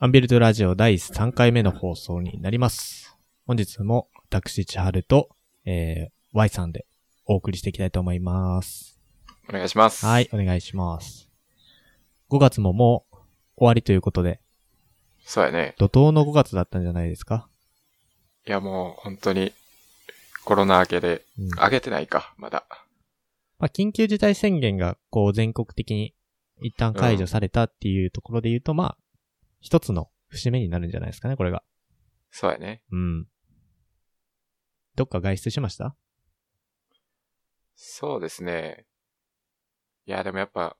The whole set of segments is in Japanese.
アンビルドラジオ第3回目の放送になります。本日も私、千春と、えー、Y さんでお送りしていきたいと思います。お願いします。はい、。お願いします。5月ももう終わりということで、そうやね。怒涛の5月だったんじゃないですかいやもう本当にコロナ明けで、うん。上げてないか、まだ。まあ、緊急事態宣言が、こう、全国的に一旦解除されたっていうところで言うと、まあ、一つの節目になるんじゃないですかね、これが。そうやね。うん。どっか外出しましたそうですね。いやでもやっぱ、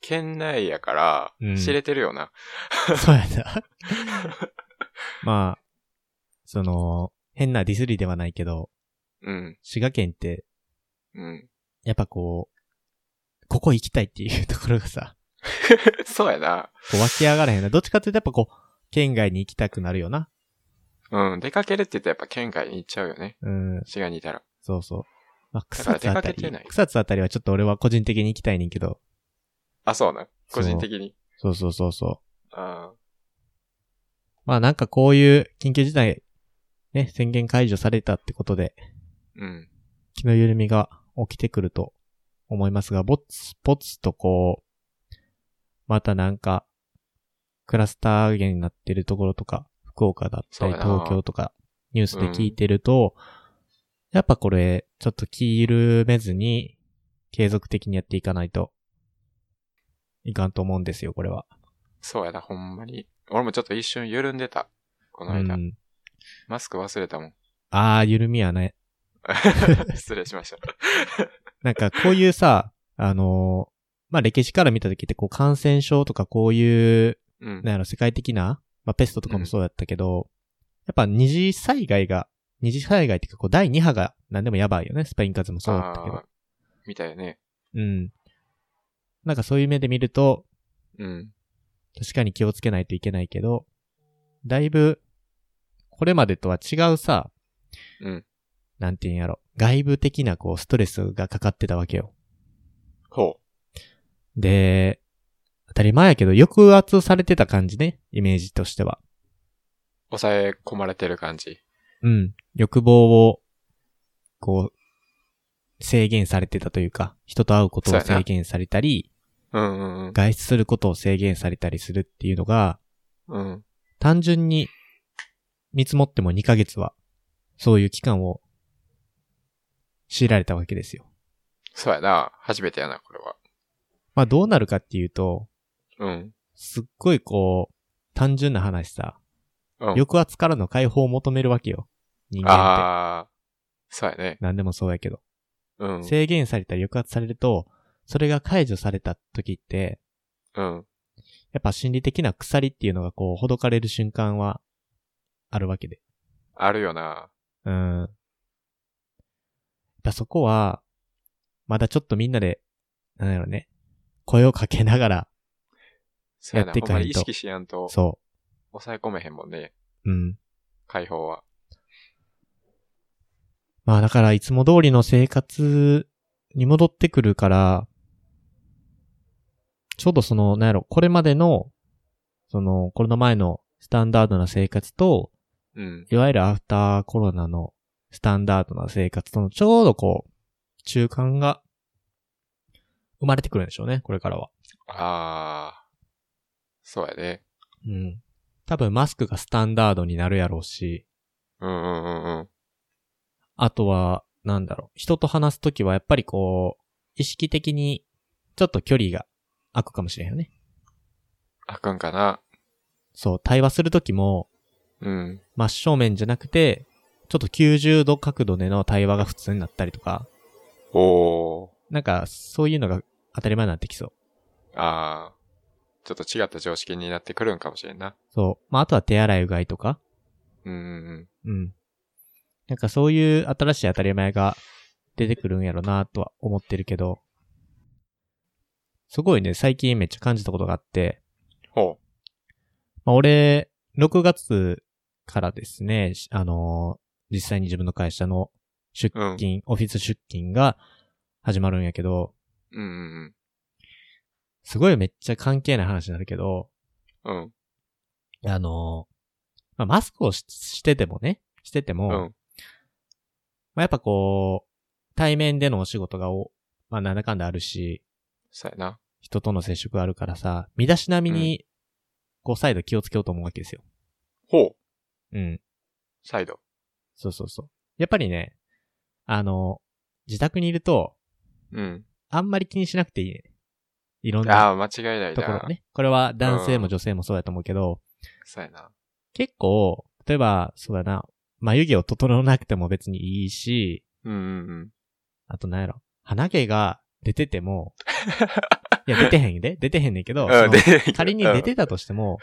県内やからうん、知れてるよな。 そうやな。まあ、その、変なディスりではないけど、うん。滋賀県って、うん。 やっぱこう、ここ行きたいっていうところがさ、そうやな。こう湧き上がらへんな。どっちかっていうとやっぱこう、県外に行きたくなるよな。うん。出かけるって言ったらやっぱ県外に行っちゃうよね。うん、滋賀にいたら。そうそう。まあ、だか草ら津あた出かけてなりい、草津あたりはちょっと俺は個人的に行きたいねんけど、あ、そうな。そ個う人的に。そうそうそうそう。あまあなんかこういう緊急事態、ね、宣言解除されたってことで、ーうん。気の緩みが起きてくると思いますが、ぼつぼつとこう、またなんか、クラスター源になってるところとか、福岡だったりそうやな東京とか、ニュースで聞いてると、やっぱこれ、ちょっと気緩めずに、継続的にやっていかないと、いかんと思うんですよ、これは。そうやな、ほんまに。俺もちょっと一瞬緩んでた。このう間。ん。マスク忘れ たもん。あー、緩みはね、失礼しました。なんかこういうさ、あのーまあ、歴史から見た時ってこう感染症とかこういう、うん。なんやろ、世界的な、まあ、ペストとかもそうだったけど、やっぱ二次災害が、二次災害っていうかこう第二波が何でもやばいよね。スペイン風邪もそうだったけあどー。みたいね。うん。なんかそういう目で見ると、うん。確かに気をつけないといけないけど、だいぶ、これまでとは違うさ、うん。なんていうんやろ、外部的なこうストレスがかかってたわけよ。ほで、当たり前やけど、抑圧されてた感じね、イメージとしては。う。抑え込まれてる感じ。うん。欲望を、こう、制限されてたというか、人と会うことをそうやな制限されたり、うんうん外出することを制限されたりするっていうのが、うん。うん。単純に見積もっても2ヶ月は、そういう期間を強いられたわけですよ。そうやな。初めてやな、これは。まあどうなるかっていうと、うん。すっごいこう、単純な話さ、うん。抑圧からの解放を求めるわけよ。人間って。ああ。そうやね。何でもそうやけど。うん。制限されたり抑圧されると、それが解除された時って、うん。やっぱ心理的な鎖っていうのがこう、ほどかれる瞬間は、あるわけで。あるよな。うん。やっぱそこは、まだちょっとみんなで、なんやろね、声をかけながら、そうややな。ってほかんんとまに意識しやんと、そ抑え込めへんもんね。う。うん。解放は。まあだから、いつも通りの生活に戻ってくるから、ちょうどその、なんやろ、これまでの、その、コロナ前のスタンダードな生活と、うん。いわゆるアフターコロナのスタンダードな生活とのちょうどこう、中間が生まれてくるんでしょうね、これからは。ああ。そうやね。うん。多分マスクがスタンダードになるやろうし、うんうんうんうん。あとは、なんだろう、人と話すときはやっぱりこう、意識的にちょっと距離が空くかもしれんよね。あかんかな。そう、対話するときもうん。真正面じゃなくて、ちょっと90度角度での対話が普通になったりとか、おー。なんかそういうのが当たり前になってきそう。ああ。ちょっと違った常識になってくるんかもしれんな。そう。まあ、あとは手洗いうがいとか。うんうんうん。うん。なんかそういう新しい当たり前が出てくるんやろなとは思ってるけど、すごいね、最近めっちゃ感じたことがあって、ほまあ、俺、6月からですね、しあのー実際に自分の会社の出勤、オフィス出勤が始まるんやけど、う。うんうんすごいめっちゃ関係ない話になるけど、うん。うん。あのーまあ、マスクをししててもね、してても、うん。まあ、やっぱこう、対面でのお仕事がお、まあ、なんだかんだあるし、そうやな。人との接触があるからさ、身だしなみに、こう、再度気をつけようと思うわけですよ。ほう。うん。サイド。そうそうそう。やっぱりね、あの、自宅にいると、うん。あんまり気にしなくていいね。いろんあなあ、間違いないな。ところね。これは男性も女性もそうだと思うけど、そうやな。結構、例えば、そうだな、眉毛を整わなくても別にいいし、うんうんうん。あとなんやろ、鼻毛が出てて も、いや、出てへんで、出てへんねんけど、そうん、の出て 仮に出てた。たとしても、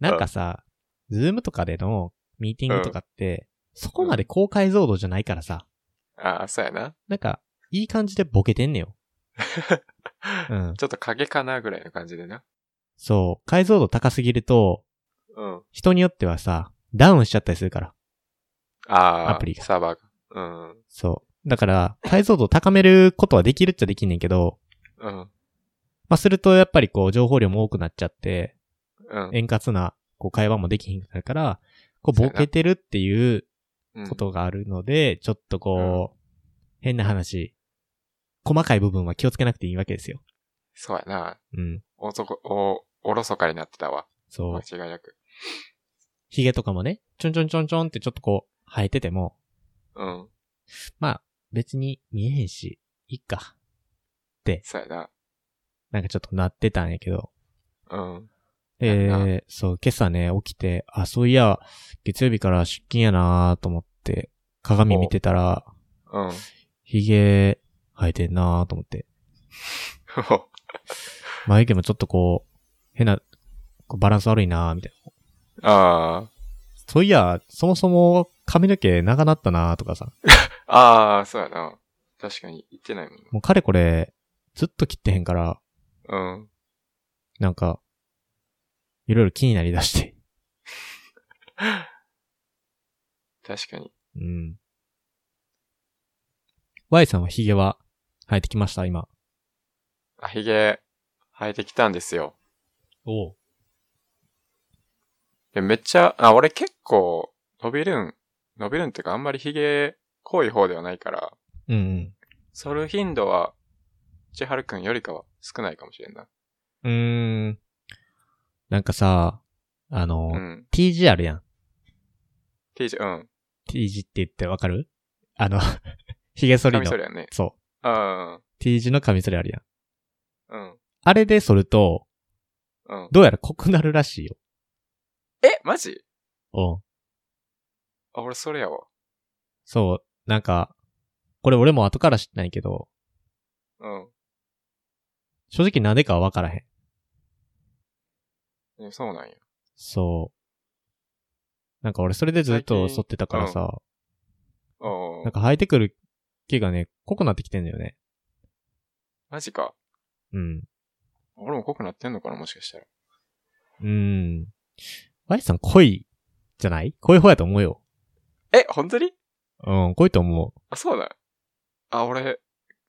なんかさ、ズームとかでのミーティングとかって、そこまで高解像度じゃないからさ、うんああ、そうやな。なんか、いい感じでボケてんね よ。うん。ちょっと影かなぐらいの感じでな。そう。解像度高すぎると、うん。人によってはさ、ダウンしちゃったりするから。ああ、アプリがサーバーが。うん。そう。だから、解像度高めることはできるっちゃできんねんけど、うん。まあ、すると、やっぱりこう、情報量も多くなっちゃって、うん。円滑な、こう、会話もできひんくなるから、こう、ボケてるっていううんことがあるので、ちょっとこう、変な話、細かい部分は気をつけなくていいわけですよ。そうやな。うん。おそこ、お、おろそかになってたわ。そ間う。違いなく。髭とかもね、ちょんちょんちょんちょんってちょっとこう、生えてても、うん。まあ、別に見えへんし、いいか。そうやな。なんかちょっとなってたんやけど。 うん。えなんー、そう、今朝ね、起きて、あ、そういや、月曜日から出勤やなーと思って、鏡見てたら、うん。髭生えてんなーと思って、ほ眉毛もちょっとこう、変な、こうバランス悪いなーみたいな。あそういや、そもそも髪の毛長なったなーとかさ、あ。ああ、そうやな。確かに、言ってないもんもうかれこれ、ずっと切ってへんから、な。うん。なんか、いろいろ気になりだして。確かに。うん。Y さんは髭は生えてきました、今。あ、ひげ、生えてきたんですよ。おう。いやめっちゃ、あ、俺結構、伸びるん、伸びるんっていうか、あんまりひげ、濃い方ではないから、うんうん。剃る頻度は、千春くんよりかは少ないかもしれんな。うーん。なんかさ、あの、うん。 TG あるやん。 T 字、うん。 TG って言ってわかるあの、 髭剃りカの。ミソリやね。そうん。う。T 字のカミソリあるやん。うん。あれで剃ると、うん。どうやら濃くなるらしいよ。えマジうん。あ、俺それやわ。そう。なんか、これ俺も後から知ってないけど、うん正直なんでかはわからへん。。えそうなんや。そう。なんか俺それでずっと最近剃ってたからさ、うんなん。か生えてくる毛がね、濃くなってきてんだよね。マジか。うん。俺も濃くなってんのかなもしかしたら。うん。ワイさん濃いじゃない濃い方やと思うよ。え、本当にうん、濃いと思あ、そうだ。あ、俺、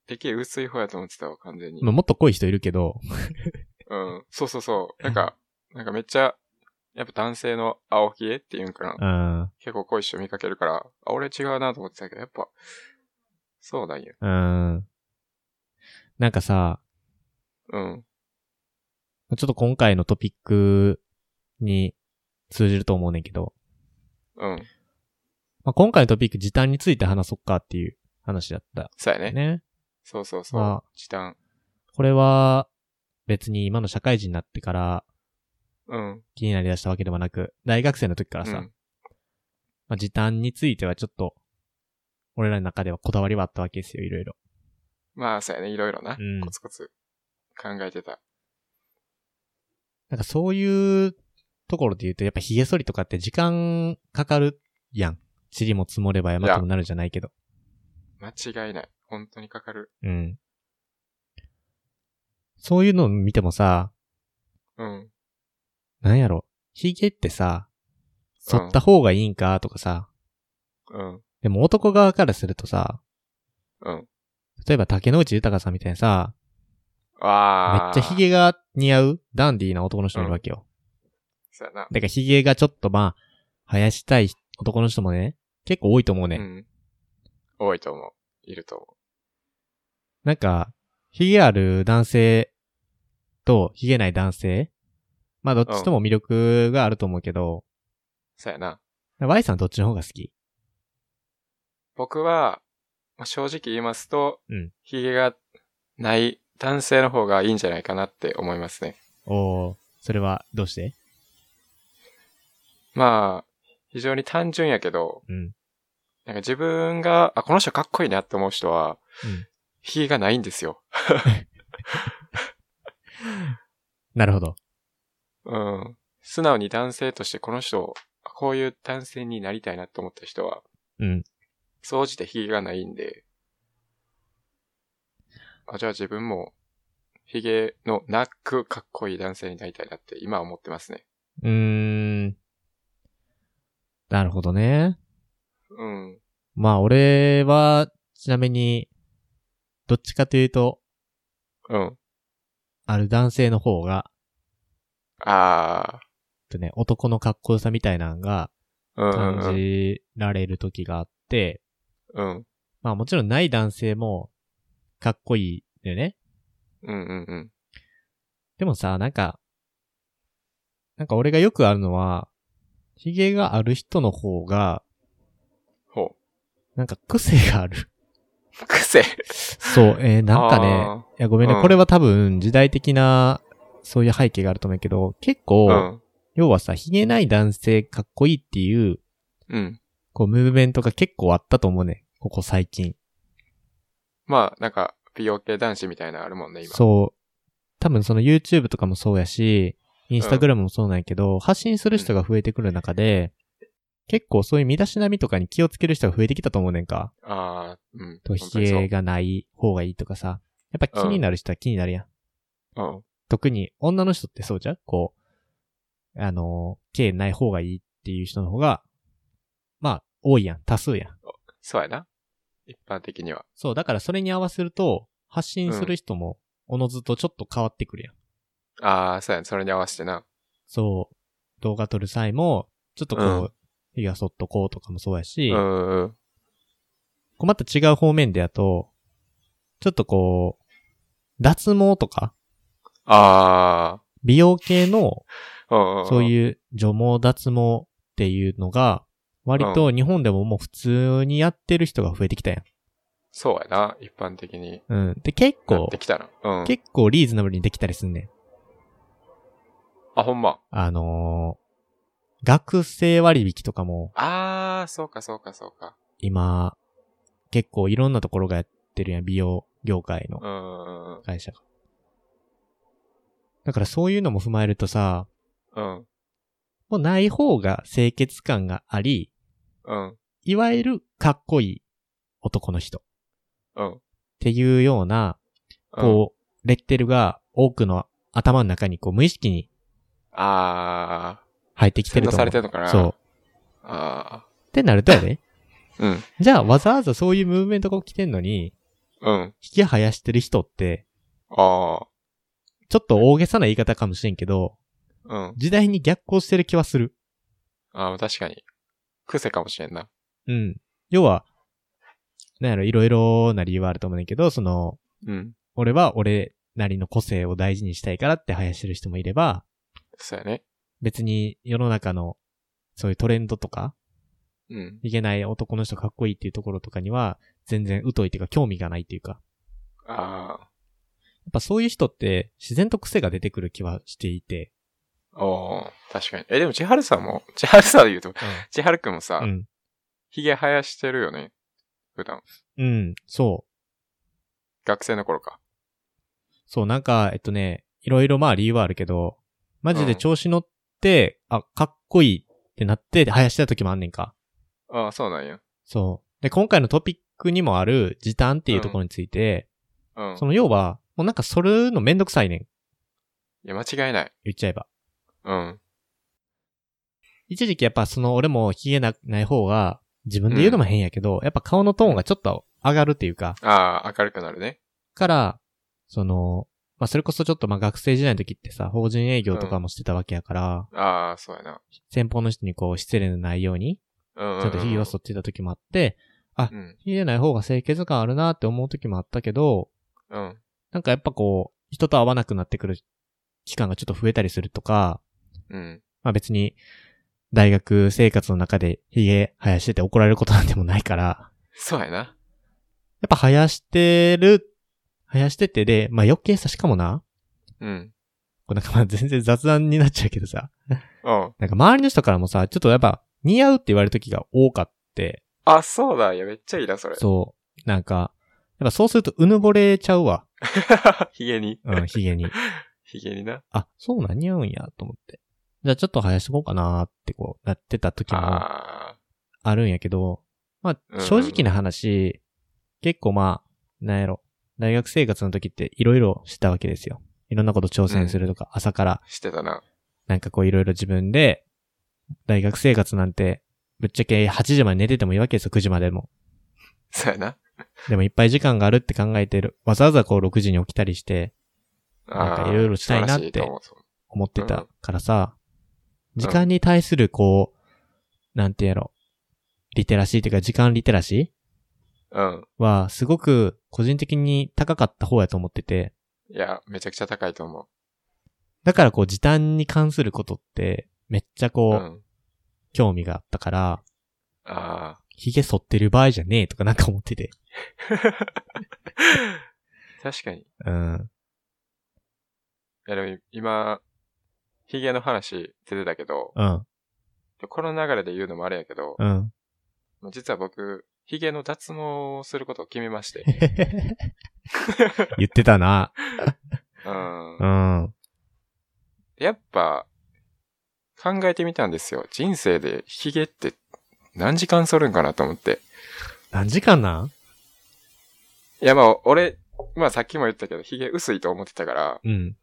できる薄い方やと思ってたわ、完全にう。ま。あもっと濃い人いるけど、うん。そうそうそう。なんか、なんかめっちゃ、やっぱ男性の青ひげっていうんかな。うん、結構濃い人見かけるから、あ、俺違うなと思ってたけど、やっぱ、そうなんや。うん。なんかさ、うん。ちょっと今回のトピックに通じると思うねんけど、うん。まあ、今回のトピック時短について話そっかっていう話だった。そうやね。ね。そうそうそまう。時短。これは、別に今の社会人になってからうん。気になりだしたわけではなく、大学生の時からうさ、ん。まあ、時短についてはちょっと、俺らの中ではこだわりはあったわけですよ、いろいろ。まあ、そうやね。いろいろな。うんコツコツ考えてた。なんかそういうところで言うと、やっぱ髭剃りとかって時間かかるやん。塵も積もれば山ともなるじゃないけど。間違いない。本当にかかる。うん。そういうのを見てもさ、うん。なんやろ。髭ってさ、剃った方がいいんかとかさ、うん。でも男側からするとさ、うん。例えば竹野内豊さんみたいにさ、めっああ。ちゃ髭が似合うダンディーな男の人いるわけよ。そうやな。だから髭がちょっとまあ、生やしたい男の人もね、結構多いと思うね。うん。多いと思う。いると思なんか、髭ある男性と髭ない男性まあどっちとも魅力があると思うけど、う。そうやな。 Y さんどっちの方が好き僕は、まあ正直言いますと、うんヒゲがない男性の方がいいんじゃないかなって思いますね。おー、それはどうしてまあ、非常に単純やけど、うん。なんか自分が、あ、この人かっこいいなって思う人は、うんヒゲがないんですよ。なるほど。うん。素直に男性としてこの人、あこういう男性になりたいなって思った人は、うん。総じてヒゲがないんで、あ、じゃあ自分も、ヒゲのなくかっこいい男性になりたいなって今は思ってますね。うーん。なるほどね。うん。まあ俺は、ちなみに、どっちかというと、うん。ある男性の方が、あとね、男のかっこよさみたいなのがあ。うんうんう感ん。じられる時があって、うん。まあもちろんない男性も、かっこいいんだよね。うんうんうん。でもさ、なんか、なんか俺がよくあるのは、髭がある人の方が、ほなんか癖がある。う。癖。そう、えー、なんかね、あいやごめんね、うんこれは多分時代的な、そういう背景があると思うけど、結構、ー。うん。要はさ、髭ない男性かっこいいっていう、うん。こう、ムーブメントが結構あったと思うね。ここ最近。まあ、なんか、美容系男子みたいなのあるもんね、今。う。そう。多分その YouTube とかもそうやし、インスタグラムもそうなんやけど、発信する人が増えてくる中で、結構そういう身だしなみとかに気をつける人が増えてきたと思うねんか。ああ、うん。と、本当にそう髭がない方がいいとかさ。やっぱ気になる人は気になるやん。うん。特に女の人ってそうじゃんこう、あのー、毛ない方がいいっていう人の方が、まあ、多いやん。多数やん。そうやな。一般的には。そう、だからそれに合わせると、発信する人も、おのずとちょっと変わってくるやん。ああ、そうやな。それに合わせてな。そう、動画撮る際も、ちょっとこう、うん日がそっとこうとかもそうやうし、んこうんうん。うまた違う方面でやと、ちょっとこう、脱毛とか、あ美容系の、あ。うんんんそういう除毛脱毛っていうのが、割と日本でももう普通にやってる人が増えてきたやそうやな。一般的に。ん。うん。で、結なっ構て、きたな。うん。結構リーズナブルにできたりすんねん。あ、ほんま。あのー、学生割引とかも、ああ、そうかそうかそうか。今、結構いろんなところがやってるやん、美容業界の。うんうん会社が。だからそういうのも踏まえるとさ、うん。うん。もうない方が清潔感があり、うん。いわゆるかっこいい男の人っうん。ていうような、こう、レッテルが多くの頭の中にこう無意識にうん。ああ。入ってきてると思う。洗脳されてるのかなそう。あってなるとやで、あ。うん。じゃあわざわざそういうムーブメントが起きてんのに、うん。引き生やしてる人って、ああ。ちょっと大げさな言い方かもしれんけど、うん。時代に逆行してる気はする。ああ、確かに。癖かもしれんな。うん。要は、なんやろ、いろいろな理由はあると思うねんだけど、その、うん。俺は俺なりの個性を大事にしたいからって生やしてる人もいれば、そうやね。別に世の中のそういうトレンドとか、うん。いけない男の人かっこいいっていうところとかには、全然疎いっていうか興味がないっていうか、あやっぱそういう人って自然と癖が出てくる気はしてい て、あ。おー確かに。え、でも千春さんも、千春さんで言うと、千春くんもさ、うん。うん。髭生やしてるよね。普段。うん、そう。学生の頃か。そう、なんか、えっとね、いろいろまあ理由はあるけど、マジで調子乗って、あ、かっこいいってなって、生やしてた時もあんねんか。ああ、そうなんや。そう。で、今回のトピックにもある時短っていうところについて、うん。いその要は、もうなんかそれのめんどくさいねん。や、間違いない。言っちゃえば。うん。一時期やっぱその俺も冷えなない方が、自分で言うのも変やけど、やっぱ顔のトーンがちょっと上がるっていうか、ああ、明るくなるね。から、その、まあそれこそちょっとまあ学生時代の時ってさ、法人営業とかもしてたわけやから、ああ、そうやな。先方の人にこう失礼のないように、うんうん、うん。ちょっと費用そってた時もあって、うん。費用ない方が清潔感あるなって思う時もあったけど、うん。なんかやっぱこう、人と会わなくなってくる期間がちょっと増えたりするとか、うん。まあ別に、大学生活の中で髭生やしてて怒られることなんてもないから、そうやな。やっぱ生やしてる、生やしててで、まあ余計さ、しかもな、うん。こうなんかまあ全然雑談になっちゃうけどさ、うん。なんか周りの人からもさ、ちょっとやっぱ似合うって言われる時が多かって、あ、そうだ。いや、めっちゃいいな、それ。そう、なんか、やっぱそうするとうぬぼれちゃうわ。 ひげに。 うん、髭に。ひげにな。あ、そうなん似合うんや、と思って。じゃあちょっと生やしとこうかなーってこう、なってた時もああ。あるんやけど、まうあ、ん正直な話、結構まあ、なんやろ、大学生活の時っていろいろしたわけですよ。いろんなこと挑戦するとか、朝から、してたな。なんかこういろいろ自分で、大学生活なんて、ぶっちゃけ8時まで寝ててもいいわけですよ、9時までも。そうやな。でもいっぱい時間があるって考えてる。わざわざこう6時に起きたりしてなんかいろいろしたいなって素晴らしと思うそう思ってうんたからさ、時間に対するこう、なんてやろ、リテラシーっていうか時間リテラシーうん。は、すごく個人的に高かった方やと思ってて、いや、めちゃくちゃ高いと思だからこう時短に関することって、めっちゃう。こうう、ん。興味があったから、ああ。髭剃ってる場合じゃねえとかなんか思ってて。 確かに。いうん。や、でも今、ひげの話出てたけど、うん。この流れで言うのもあれやけど、うん。実は僕、ひげの脱毛をすることを決めまして。 言ってたな。う んう。ん。やっぱ、考えてみたんですよ。人生でヒゲって何時間剃るんかなと思って。何時間なんいや、まあ、俺、まあさっきも言ったけど、ヒゲ薄いと思ってたから、うん。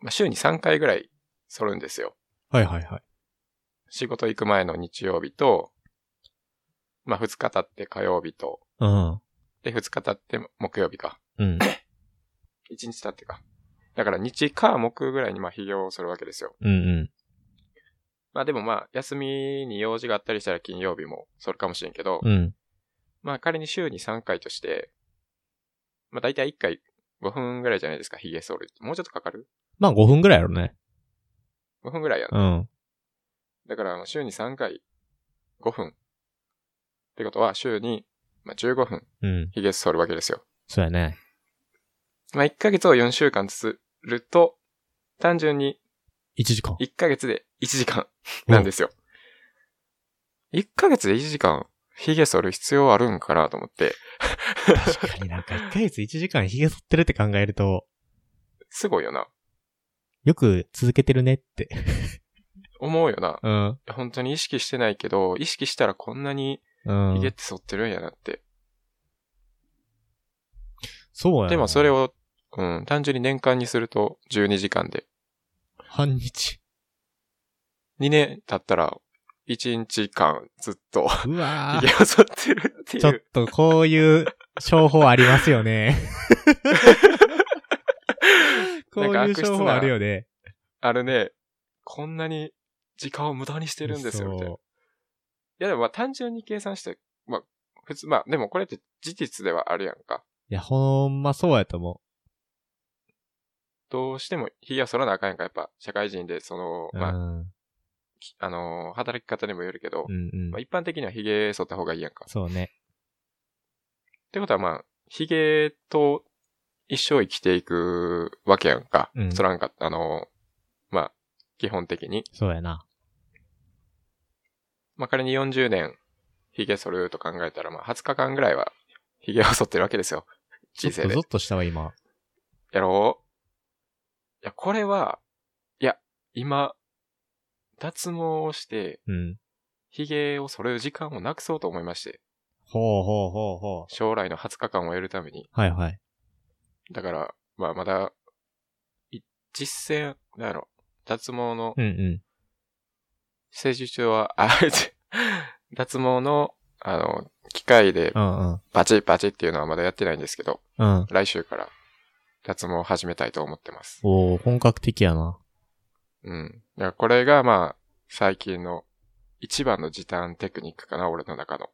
まあ、週に3回ぐらい剃るんですよ。はいはいはい。仕事行く前の日曜日と、まあ2日経って火曜日と、うん。で2日経って木曜日か。うん。 1日経ってか。だから日か木ぐらいにまあヒゲを剃るわけですよ。うんうん。まあでもまあ、休みに用事があったりしたら金曜日も剃るかもしれんけど、うん。まあ仮に週に3回として、まあ大体1回5分ぐらいじゃないですか、ヒゲ剃るって。もうちょっとかかるまあ5分ぐらいやろね。 ?5 分ぐらいやな。うん。だからまあ週に3回5分。ってことは週にまあ15分うん。ヒゲ剃るわけですよ。そうやね。まあ1ヶ月を4週間すると、単純に1時間。 1ヶ月で1時間なんですよ。1ヶ月で1時間ヒゲ剃る必要あるんかなと思って、確かになんか1ヶ月1時間髭剃ってるって考えると、すごいよな。よく続けてるねって。思うよな。うん。本当に意識してないけど、意識したらこんなにうヒゲっん。て剃ってるんやなって。そうやなでもそれを、うん、単純に年間にすると12時間で。半日。 2年経ったら1日間ずっとうわヒゲを剃ってるってーちょっいう。とこういう商法ありますよ ね。こういう商法あるよね。あれね、こんなに時間を無駄にしてるんですよ、みたいな。いそやでもまあ単純に計算して、まあ普通、まあでもこれって事実ではあるやんか。ういや、ほんまそうやと思どうしてもヒゲは剃らなあかんやんか、やっぱ社会人で、その、う。まあ、うん。きあのー働き方にもよるけどう、んうんまあ、。一般的にはヒゲ剃った方がいいやんか。そうね。ってことはまあ、ヒゲと一生生きていくわけやんか。うんそらんか、あの、まあ、基本的に。そうやな。まあ仮に40年ヒゲ剃ると考えたら、まあ20日間ぐらいはヒゲを剃ってるわけですよ。ちょっ人生とでゾ。ッとしたわ、今。やろういや、これは、いや、今、脱毛をして、うん。ヒゲを剃る時間をなくそうと思いまして、ほうほうほうほ将来の20日間を得るために。う。はいはい。だから、まあまだ、い実践、なんやろ、脱毛のうんうん。施術中は、あ、違う脱毛の、あの、機械でうんうん。バチッバチッっていうのはまだやってないんですけど、うん。来週から脱毛を始めたいと思ってます。おー、本格的やな。うん。だからこれがまあ、最近の一番の時短テクニックかな、俺の中の。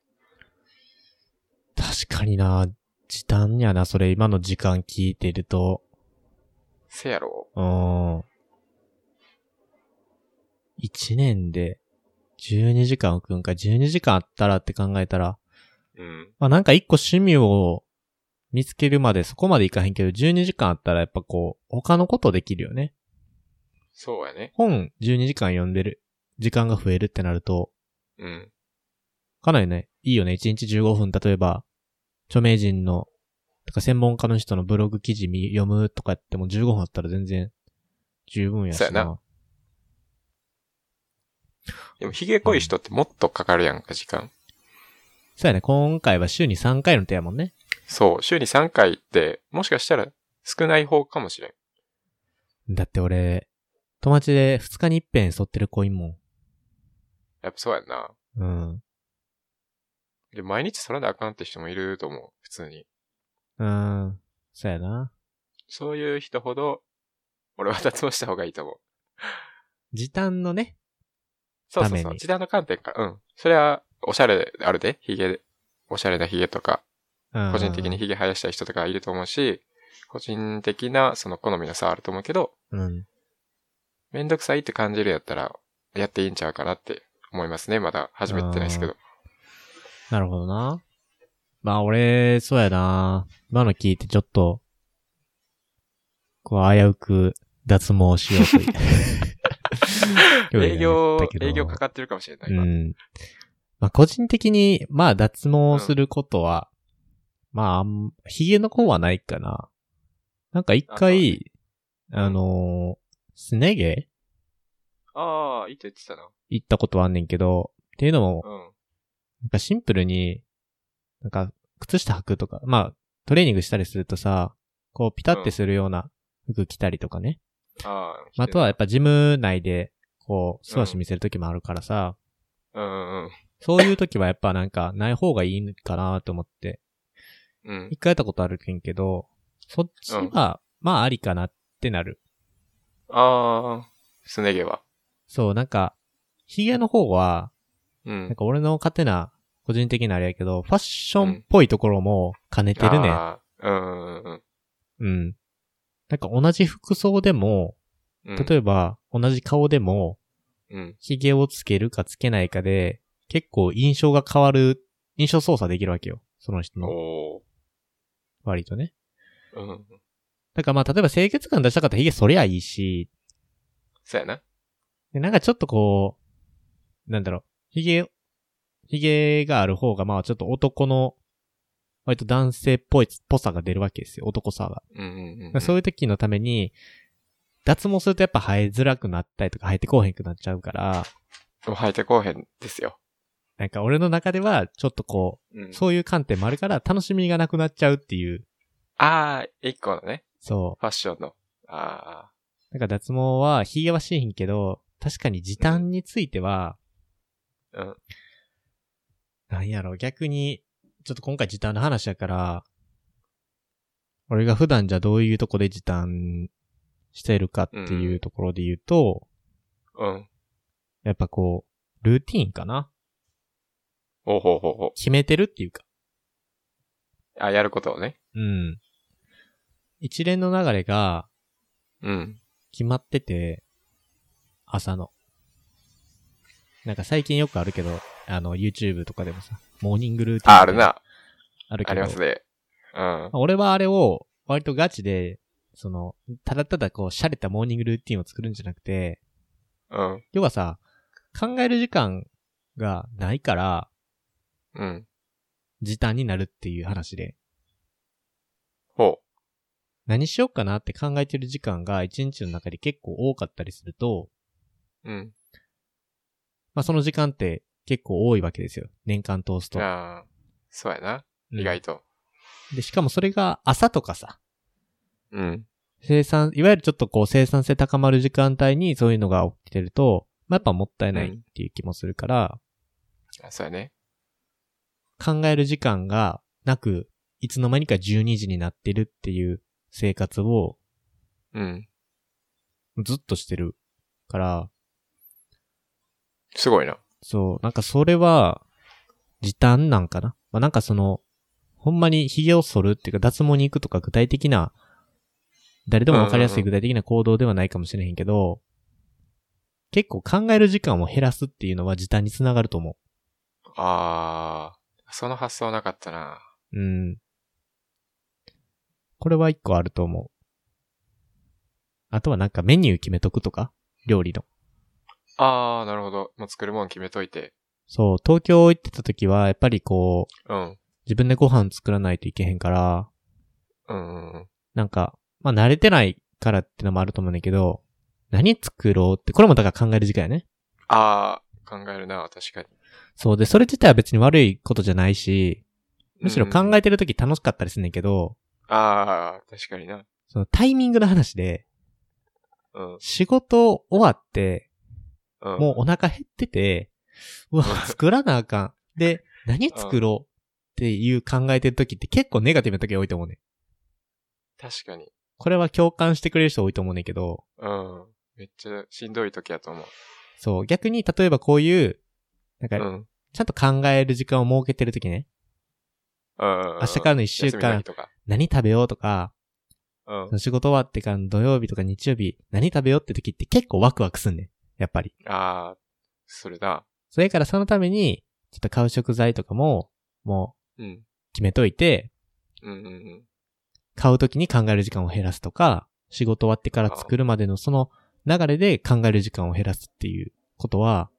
確かにな。時短やな、それ今の時間聞いてると。せやろうーん。一年で12時間置くんか、12時間あったらって考えたら、うん。まあなんか一個趣味を見つけるまでそこまでいかへんけど、12時間あったらやっぱこう、他のことできるよね。そうやね。本12時間読んでる、時間が増えるってなると、うん。かなりね、いいよね。1日15分、例えば、著名人の、とか専門家の人のブログ記事見読むとかやっても15分あったら全然十分やしそうやな。でも、髭濃い人ってもっとかかるやんか、時間。そうやね。今回は週に3回の手やもんね。そう、週に3回って、もしかしたら少ない方かもしれん。だって俺、友達で2日に一遍剃ってる子いんもやっぱそうやんな。ん。うん。で、毎日それであかんって人もいると思う、普通に。うん。そうやな。そういう人ほど、俺は脱毛した方がいいと思う。時短のね。そうたそうめそう。に時短の観点から、うん。それは、おしゃれあるで、ヒゲ、おしゃれなヒゲとか、うん個人的に。ヒゲ生やしたい人とかいると思うし、個人的な、その好みの差はあると思うけど、うん。めんどくさいって感じるやったら、やっていいんちゃうかなって思いますね。まだ始めてないですけど。なるほどな。まあ俺、そうやな。今の聞いてちょっと、こう危うく脱毛しようと いう興営味が業あった、けど。営業かかってるかもしれない。う今ん。まあ個人的に、まあ脱毛することは、まああん、髭の方はないかな。なんか一回、あ,、のーすね毛ああ、いいと言ってたな。行ったことはあんねんけど、っていうのも、うん。なんかシンプルに、なんか、靴下履くとか、まあ、トレーニングしたりするとさ、こう、ピタってするような服着たりとかね。ああ。まああとはやっぱジム内で、こう、素足見せるときもあるからさ、うんうんうん。そういうときはやっぱなんか、ない方がいいかなと思って、うん一。回やったことあるけんけど、そっちは、まあありかなってなる。ああ、すね毛は。そう、なんか、髭の方は、うなんん。か俺の勝手な、個人的なあれやけど、ファッションっぽいところも兼ねてるね。ああうんうんうんうん。なんか同じ服装でも、うん。例えば同じ顔でも、うん。髭をつけるかつけないかで、結構印象が変わる、印象操作できるわけよ。その人おの、お割とね。ー。うん。だからまあ、例えば清潔感出したかったら髭そりゃいいし、そうやな。でなんかちょっとこう、なんだろう、髭、髭がある方が、まあちょっと男の、割と男性っぽい、ぽさが出るわけですよ。男さが。うんうんうんまあそういう時のために、脱毛するとやっぱ生えづらくなったりとか生えてこうへんくなっちゃうから、もう生えてこうへんですよ。なんか俺の中ではちょっとこうんう、そういう観点もあるから楽しみがなくなっちゃうっていう、ああ、一個のね、そファッションの。ああ、う。なんか脱毛はひげはしへんけど、確かに時短については、うん。なんやろ、逆に、ちょっと今回時短の話やから、俺が普段じゃどういうとこで時短してるかっていうところで言うと、うん。やっぱこう、ルーティーンかなおうほうほうほ決めてるっていうか。う。あやることをね。うん。一連の流れがうん。決まってて、朝の。なんか最近よくあるけど、あの、YouTube とかでもさ、モーニングルーティン。あ、ある。な。あるけあど。りますね。うん。俺はあれを、割とガチで、その、ただただこう、洒落たモーニングルーティンを作るんじゃなくて、うん。要はさ、考える時間がないから、うん。時短になるっていう話で、ほ何しようかなって考えてる時間が一日の中で結構多かったりすると、う。うん。まあその時間って結構多いわけですよ。年間通すと。ああ、そうやな。うん意外と。で、しかもそれが朝とかさ、うん。生産、いわゆるちょっとこう生産性高まる時間帯にそういうのが起きてると、まあ、やっぱもったいないっていう気もするから、あそうやね。考える時間がなく、いつの間にか12時になってるっていう生活をうん。ずっとしてるから、すごいな。そう、なんかそれは、時短なんかなまあ、なんかその、ほんまに髭を剃るっていうか脱毛に行くとか具体的な、誰でもわかりやすうんいうんう具体的な行動ではないかもしれへんけど、結構考える時間を減らすっていうのは時短につながると思あー、その発想なかったな。う。うん。これは一個あると思う。あとはなんかメニュー決めとくとか料理の。あー、なるほど。もう作るもん決めといて。そう、東京行ってた時は、やっぱりこう、うん。自分でご飯作らないといけへんから、うんうんうん。なんか、まあ慣れてないからってのもあると思うんだけど、何作ろうって、これもだから考える時間やね。あー、考えるな、確かに。そうで、それ自体は別に悪いことじゃないし、むしろ考えて。てる時楽しかったりすんねんけど、あー、確かにな。そのタイミングの話で、うん。仕事終わって、うん、もうお腹減ってて、うわ、作らなあかん。 で、何作ろうっていう考えてる時って結構ネガティブな時多いと思うねん。確かに。これは共感してくれる人多いと思うねんけど、うん。めっちゃしんどい時やと思う。そう、逆に例えばこういう、なんうか、ん。ちゃんと考える時間を設けてる時ね、明明日からの一週間、とか。何食べようとか、うんそ。の仕事終わってからの土曜日とか日曜日、何食べようって時って結構ワクワクすんねん。やっぱり。ああ、それだ。それからそのために、ちょっと買う食材とかも、もうん。う決めといて、うんうんうん。買う時に考える時間を減らすとか、仕事終わってから作るまでのその流れで考える時間を減らすっていうことは、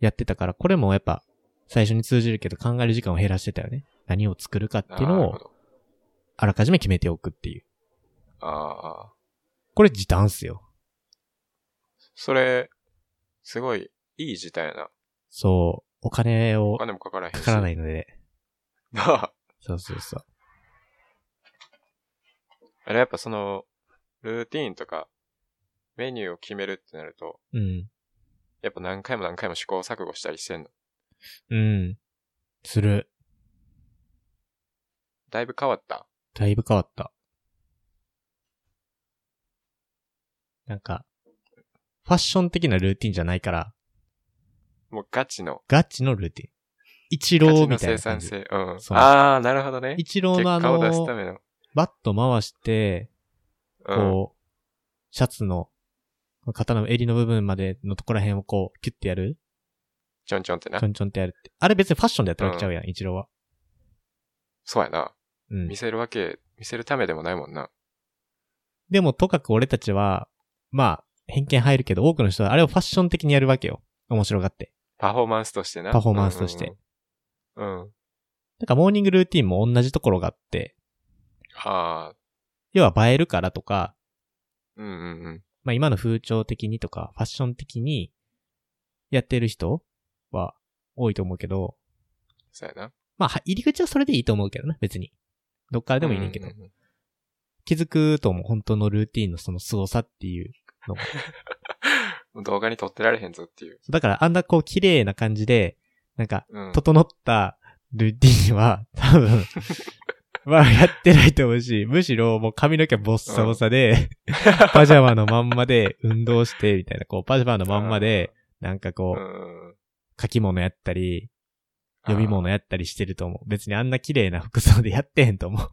やってたから、これもやっぱ、最初に通じるけど考える時間を減らしてたよね。何を作るかっていうなのるほを、どあらかじめ決めておくっていう。ああ、これ時短っすよ。それ、すごい、いい事態やな。そう、お金をお金もかからへんし。。かからないいので。 あそうそうそう。れやっぱその、ルーティーンとか、メニューを決めるってなると、うん。やっぱ何回も何回も試行錯誤したりしてんの。うん。する。だいぶ変わった。だいぶ変わった。なんか、ファッション的なルーティンじゃないから、もうガチの、ガチのルーティン。一ガチ郎のみたい生な感産じ。性。うん。そうああ、なるほどね。一郎結のあ果を出すたの、めの。バット回して、うん。こう、シャツの、肩の襟の部分までのところら辺をこう、キュッてやるちょんちょんってなちょ。んちょんってやるって。あれ別にファッションでやったらけちゃうやん、一郎は。そうやな。うん見。せるわけ、見せるためでもないもんな。でも、とかく俺たちは、まあ、偏見入るけど、多くの人はあれをファッション的にやるわけよ。面白がって。パフォーマンスとしてな。パフォーマンスとしてうんうんうん。うん。なんか、モーニングルーティンも同じところがあって、ああ、要は映えるからとか、うんうんうん。まあ今の風潮的にとか、ファッション的に、やってる人は多いと思うけど、そうやな。まあ、は入り口はそれでいいと思うけどな、別に。どっからでもいいねんけど。うんうんうん気づくと思う、本当のルーティンのその凄さっていう。もう動画に撮ってられへんぞっていう。だから、あんなこう、綺麗な感じで、なんか、うん。整ったルーティンは、多 分、まあやってないと思うし、むしろもう髪の毛ボッサボサ で、パジャマのまんまで運動して、みたいな、こう、パジャマのまんまで、なんかうこう、ん。書き物やったり、読み物やったりしてると思う。別にあんな綺麗な服装でやってへんと思う。あー。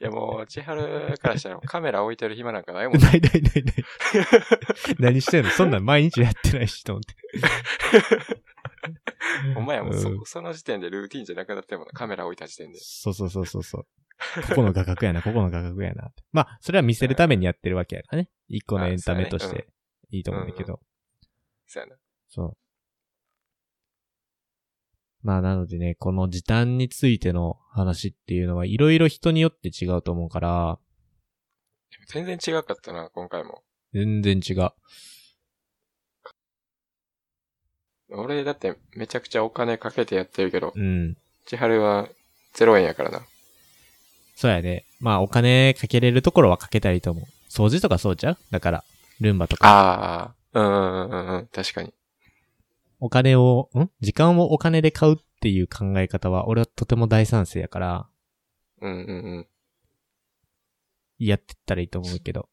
いやもう、千春からしたら カメラ置いてる暇なんかないも ん。ないないないない。何してんのそんなん毎日やってないし、と思って。 お前はもううんそ、その時点でルーティンじゃなくなってるもんな。カメラ置いた時点で。そうそうそうそうそう。ここの画角やな、ここの画角やな。 まあ、それは見せるためにやってるわけやからね。一個のエンタメとしていいと思うんだけど。そうやな。そう。まあ、なのでね、この時短についての話っていうのはいろいろ人によって違うと思うから、全然違かったな、今回も。全然違う。俺だってめちゃくちゃお金かけてやってるけど、うん。千春は0円やからな。そうやね。まあ、お金かけれるところはかけたいと思う。掃除とかそうちゃうだから、ルンバとか。ああ、うんうんうんうん、確かに。お金を、ん時間をお金で買うっていう考え方は、俺はとても大賛成やから、うんうんうん。やってったらいいと思うけど。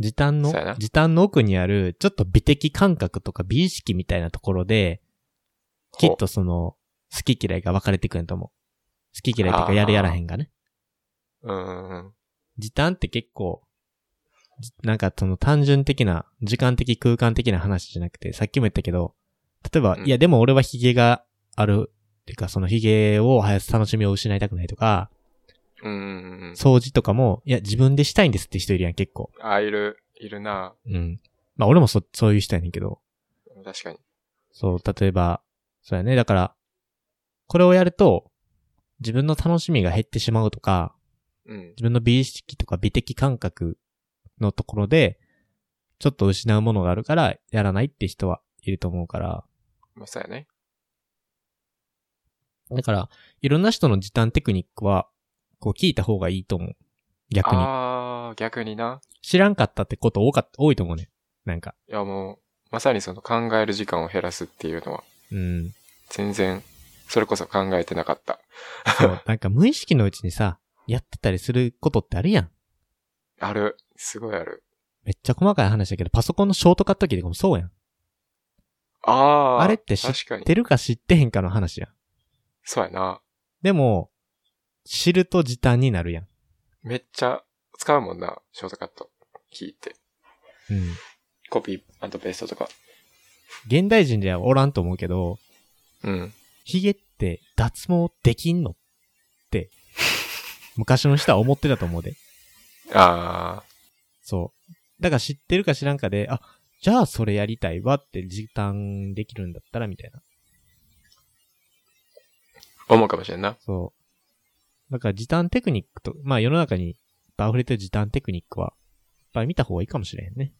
時短のそうやな、時短の奥にある、ちょっと美的感覚とか美意識みたいなところで、きっとその、好き嫌いが分かれてくると思う。好き嫌いとかやるやらへんがね。ほう。うん。時短って結構、じなんかその単純的な、時間的空間的な話じゃなくて、さっきも言ったけど、例えば、うんいやでも俺はヒゲがある、っていうかそのヒゲを生やす楽しみを失いたくないとか、うん。掃除とかも、いや自分でしたいんですって人いるやん結構。あ、いる、いるな。うん。まあ俺もそ、そういう人やねんけど、確かに。そう、例えば、そうやね。だから、これをやると、自分の楽しみが減ってしまうとか、うん。自分の美意識とか美的感覚のところで、ちょっと失うものがあるから、やらないって人はいると思うから。まあ、そうやね。だから、いろんな人の時短テクニックは、こう聞いた方がいいと思う。逆に。ああ、逆にな。知らんかったってこと多かっ多いと思うね。なんか。いや、もう、まさにその考える時間を減らすっていうのは、うん。全然、それこそ考えてなかった。そう。なんか無意識のうちにさ、やってたりすることってあるやん。ある。すごいある。めっちゃ細かい話だけど、パソコンのショートカット機とかもそうやん。ああ。あれって知っ確かに。てるか知ってへんかの話やん。そうやな。でも、知ると時短になるやん。めっちゃ使うもんな。ショートカット。聞いて。うん。コピーペーストとか。現代人ではおらんと思うけど、うん。ヒゲって脱毛できんのって、昔の人は思ってたと思うで。あそう。だから知ってるか知らんかで、あ、じゃあそれやりたいわって時短できるんだったらみたいな。あ、思うかもしれんな。そう。だから時短テクニックと、まあ世の中にいっぱい溢れてる時短テクニックは、いっぱい見た方がいいかもしれへんね。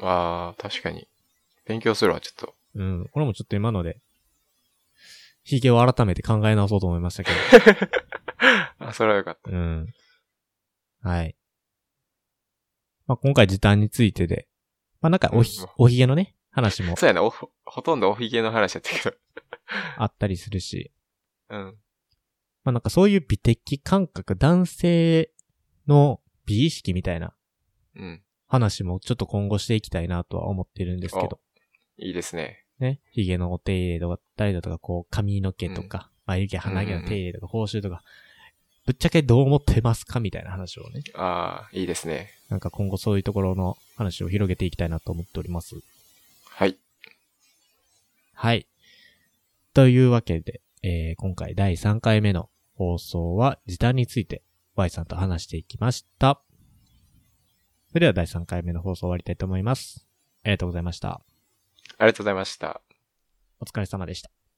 ああ、確かに。勉強するわ、ちょっと。 うん。俺もちょっと今ので、ヒゲを改めて考え直そうと思いましたけど。あ、それはよかった。 うん。はい。まあ、今回時短についてで、まあ、なんかおひうん、おひげのね、話もそうやな、おほ、ほとんどおひげの話やったけど。あったりするし、うん。まあ、なんかそういう美的感覚、男性の美意識みたいなうん。話もちょっと今後していきたいなとは思ってるんですけど、いいですね。ね、ヒゲのお手入れとか、誰だとか、こう、髪の毛とか、眉毛、鼻毛の手入れとか、報酬とか、ぶっちゃけどう思ってますかみたいな話をね、ああ、いいですね。なんか今後そういうところの話を広げていきたいなと思っております。はい。はい。というわけで、えー今回第3回目の放送は時短について Y さんと話していきました。それでは第3回目の放送を終わりたいと思います。ありがとうございました。ありがとうございました。お疲れ様でした。